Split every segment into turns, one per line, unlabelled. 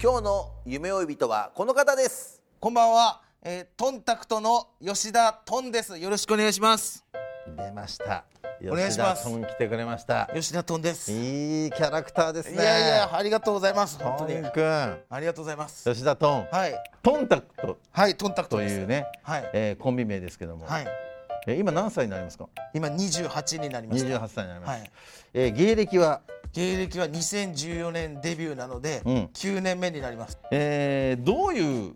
今日の夢追い人はこの方です
こんばんは、えー、トンタクトの吉田トンです。よろしくお願いします。
出ました。
お願いします
吉田トン来てくれました。
吉田トンです。い
いいキャラクターですね。
やいや、ありがとうございます。本
ト
当に。
ン君、
ありがとうございます。
吉田トン、
はい、
トンタクト
はい、トンタクト
と
です
いう。ね、
はい、
えーコンビ名ですけども、
はい、
えー今何歳になりますか？
今二十八になりま
二
し
十
た。
八歳になります。
はい
えー芸歴は、
芸歴は二千十四年デビューなので
うん、
九、年目になります。
えーどういう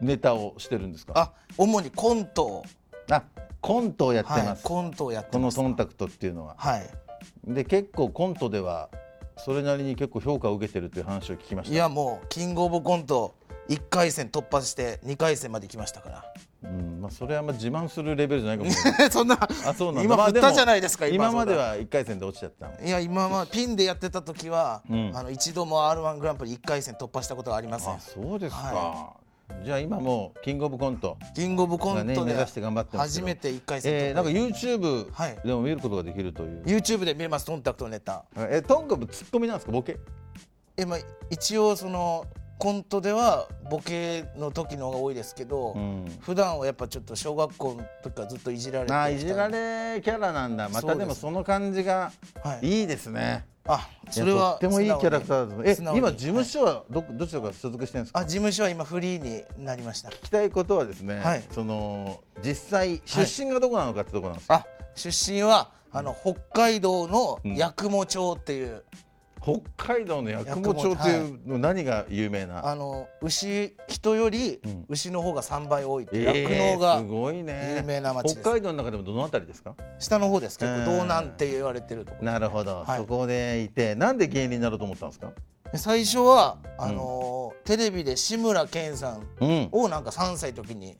ネタをしてるんですか？
あ、主にコントを、
あ、コントをやって
は
ま
い、
す。
コントをやって
こ
ま
の
す。
トンタクトっていうのは、
はい。
で結構コントではそれなりに結構評価を受けてるという話を聞きました。
いや、もうキングオブコント一回戦突破して二回戦まで来ましたから。
うん、まあそれはあんま自慢するレベルじゃないかもしれない。
そんな。
あそうなんだ
今
まあ
振った
も
じゃないですか今
今まで
そうだ
は1回戦で落ちちゃったの
いや今はピンでやってた時は、
うん
あの一度も r 1グランプリ一回戦突破したことはありません
あそうですか、
は
じゃあ今もうキングオブコント
キングオブコ
が
ン
ね
ト
目
で
指して頑張ってます
初
けど
めて一回戦突破、
えー、なんか YouTube
はい
でも見ることができるという、
YouTube で見れますコンタクトのネタ
えトンカブツッコミなんですかボケ
え、まあ、一応そのコントではボケの時の方が多いですけど、
うん
普段はやっぱちょっと小学校の時からずっといじられてきた
あーいじられキャラなんだまたでもその感じが
はい
いいですね、
あそれは
とってもいいキャラク
ー
ターです
素
ね
直
え
に
今事務所はど,、どちらか所属してるんですか
あ事務所は今フリーになりました
聞きたいことはですね、
はい
その実際出身がどこなのかってとこなんですよ
あ出身はあの北海道の八雲町っていう、
北海道の八雲町というの何が有名な、
あの牛人より
うん
牛の方が3倍多いっていう酪
え
農
ー
が
すごいね
有名な町です
北海道の中でもどのあたりですか
下の方ですけ
う
ど
ん
道南って言われてるとこ
なるほど、
はい
そこでいてなんで芸人になろうと思ったんですか
で最初はあのーテレビで志村けんさん
うん、
をなんか3歳の時に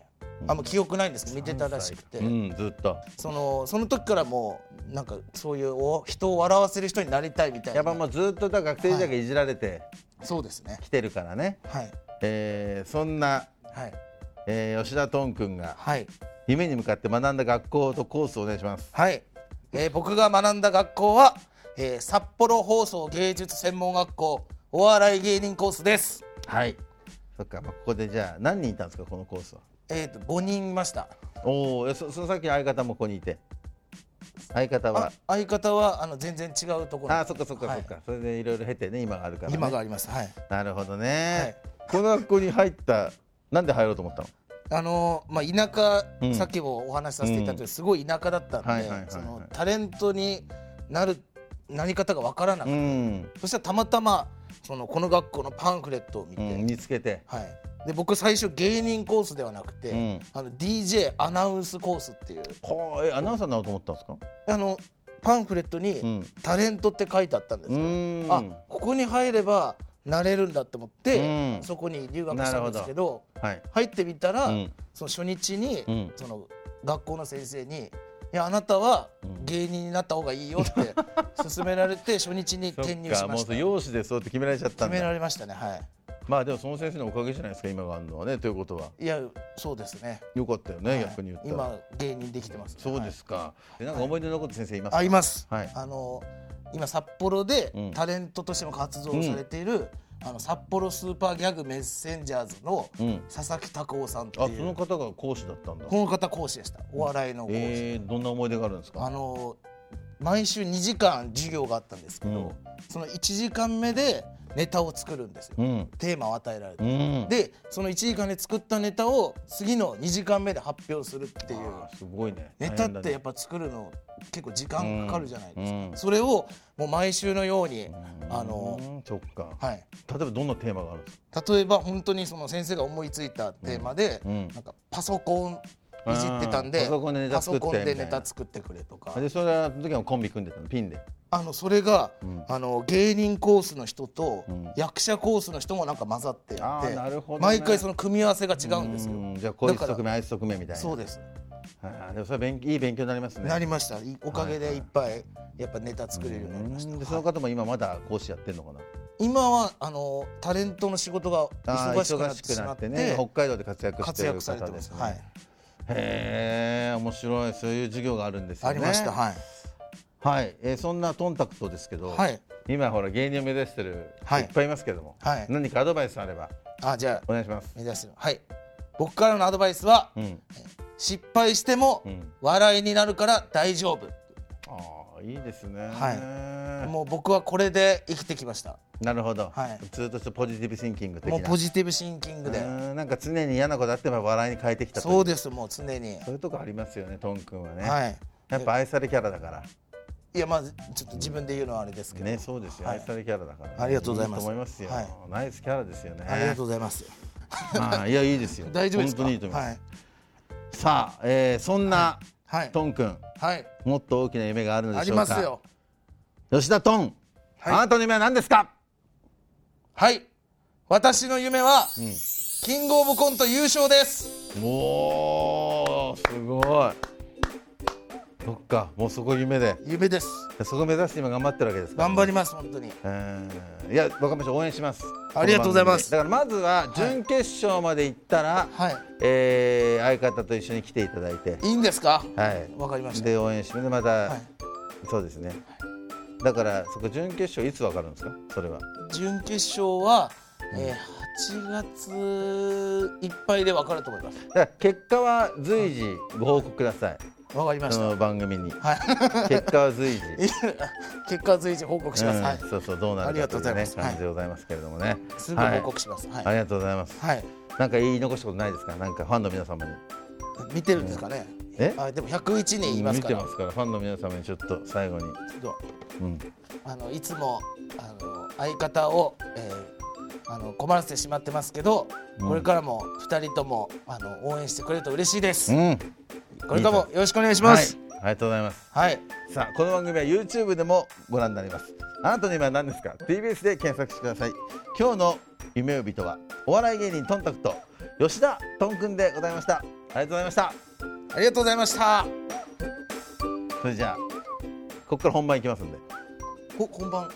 あんま記憶ないんですけど見てたらしくて
うん、ずっと
そのその時からもうなんかそういうお人を笑わせる人になりたいみたい
やっぱ
な
もうずっとだから学生時代がいじられて
そうですね
きてるからね、
はい
えーそんな、
はい
えー吉田トン君が
はい
夢に向かって学んだ学校とコースをお願いします
はい、えー僕が学んだ学校は、えー札幌放送芸術専門学校お笑い芸人コースです
はいそっか、まあ、ここでじゃあ何人いたんですかこのコースは
えっ、と5人いました
おおそそさっきの相方もここにいて相方
あ
は
相方はあの全然違うところ
あーそっかそっかそっか、それでいろいろ経てね今があるから、ね、
今がありますはい
なるほどね、この学校に入ったなんで入ろうと思ったの
あのーまあ田舎、
うん
さっきもお話しさせていただいた、すごい田舎だったんで、
はいはいはいはい
そのタレントになるなり方がわからなく
う
て、
ん、
そしたらたまたまそのこの学校のパンフレットを見て、
うん、見つけて
はい、で僕最初芸人コースではなくて、
うん
あの DJ アナウンスコースっていう
はあえアナウンサーになろうと思ったんですか
あのパンフレット
う
に
ん
「タレント」って書いてあったんです
う
よ、
ーん
あここに入ればなれるんだと思って、
うん
そこに留学したんですけど
はい
入ってみたら、
うん
その初日に、
うん
その学校の先生に「いやあなたは芸人になった方がいいよ」 って勧められて初日に
そっ
転入
か
しま
もう
し
そ
た
う
決
容姿でそうやって決められちゃったん
めら
だ
れましたねは
まあでもその先生のおかげじゃないですか今があるのはねということはい
いやそうですね
よかったよね、
はい
逆に言ったら
今芸人できてます、
そうですか、でなんか思い出に残った先生いますか、
あいます。
はい
あの今札幌で
うん
タレントとしても活動をされている、あの札幌スーパーギャグメッセンジャーズの
うん
佐々木拓夫さんってい、
あそうの方が講師だったんだ
この方講師でした。お笑いの講師。
えー、どんな思い出があるんですか
あの毎週2時間授業があったんですけど、
うん
その1時間目でネタを作るんですよ、
うん
テーマを与えられて、
うん
でその1時間で作ったネタを次の2時間目で発表するっていう
あーすごいね
ネタってやっ
ぱ
ぱ作るの結構時間かかるじゃないですか、
うん
それをもう毎週のように、あの
そっか
はい
例えばどんなテーマがあるんですか
例えば本当にその先生が思いついたテーマで、
うんうん
なんかパソコンいじってたん
あ
で
ーパソコンでネタ作って
パソコンでネ
みたい
タ
な
作ってくれとか
でそれはその時はコンビ組んでたのピンで
あのそれが、
ん
あの芸人コースの人と
ん
役者コースの人もなんか混ざってやって、
あーなるほどね
毎回その組み合わせが違うんですよ
うんじゃあこいつ
だか
側面
ら
あいつ側面みたいな
そうです
あーでもそれは勉いい勉強になりますね
なりましたいおかげでいっぱいやっぱネタ作れるようになりました、
うんで
はい
その方も今まだ講師やってるのかな
今はあのタレントの仕事が
あー
忙しくなってしまって
ね北海道で活躍して
活
る
躍されて
方
ま
ですす、ね、
はい
へえ面白いそういう授業があるんですよね
ありましたはい
はい、えーそんなトンタクトですけど、
はい
今ほら芸人を目指してる、
はい
い、っぱいいますけども、
はい
何かアドバイスあれば
あじゃあ
お願いします。
目指してるはい僕からのアドバイスは、
うん、
失敗しても
うん
笑いになるから大丈夫、
ああいいですね。
もう僕はこれで生きてきました
なるほど、
はい
ずっとしたポジティブシンキング的な。
もうポジティブシンキングで、
うんなんか常に嫌なことあっても笑いに変えてきたとい
そうですもう常に、
そういうとこありますよね、トン君はね。
はい
やっぱ愛されキャラだから。
いやまあちょっと自分で言うのはあれですけど、
ね、そうですよ、
はい
愛されキャラだから。
ありがとうございます
と思いますよ、
はい
ナイスキャラですよね。
ありがとうございます。
まあ、いや、いいですよ
大丈夫ですか
本当にいいと思います。
はい
さあ、えー、そんな、
はい
トン君、
はい
もっと大きな夢があるので
あ
し
り
ょうか。
ますよ
吉田トン、
はい
あなたの夢は何ですか。
はい私の夢は、キングオブコント優勝です
おお、すごい。そっか、もうそこ夢で、
夢です
そこ目指して今頑張ってるわけですから、
頑張ります本当に
うんいや、わかりました、応援します。
ありがとうございます
この番組でだから、まずは準決勝まで行ったら、
はい
えー相方と一緒に来ていただいて。
いいんですか
はい。
わかりました
で、応援して、でまた、
はい
そうですね。だから、そこ準決勝いつわかるんですか、それは。
準決勝は、えー、8月いっぱいで分かると思います
だから結果は随時ご報告ください。
わかりま
こ
した、
の番組に。
はい
結果は随時。
いや 結果は随時報告します、
うん
はい
そうそうどうな
ありが
るか
とうご
とい
ざいうま
ね
す
感じでございますけれどもね。
すぐ報告します
はい
は
あ
い、
りがとうございます。
はい、
なんか言い残したことないですか。なんかファンの皆様に。
見てるんですかね、
え
あでも101人います
見
か
て
ら
ますからファンの皆様にちょっと最後に。
どう
うん。
あのいつもあの相方を、えー、あの困らせてしまってますけど、これからも二人ともあの応援してくれると嬉しいです、
うん。
これからもよろしくお願いしま
はい
す。
ありがとうございます。
はい、
さあこの番組は YouTube でもご覧になります。あなたの夢は何ですか TBS で検索してください今日の夢呼人はお笑い芸人トンタクト吉田トンくんでございましたありがとうございました
ありがとうございました
それじゃあここから本番いきますんで
お本番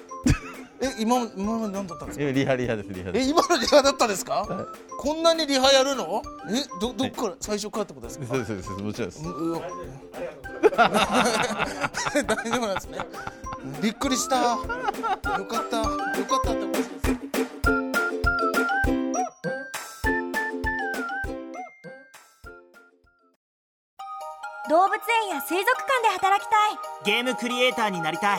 え今今まで何だったんですか
今リハリハですリハです
え今のリハだったんですか、
はい
こんなにリハやるのえどどっから、最初からってことですか
そうですそうですもちろんです。
うう わ大丈夫なんですねびっくりしたよかったよかったって思います
動物園や水族館で働きたい
ゲームクリエイターになりたい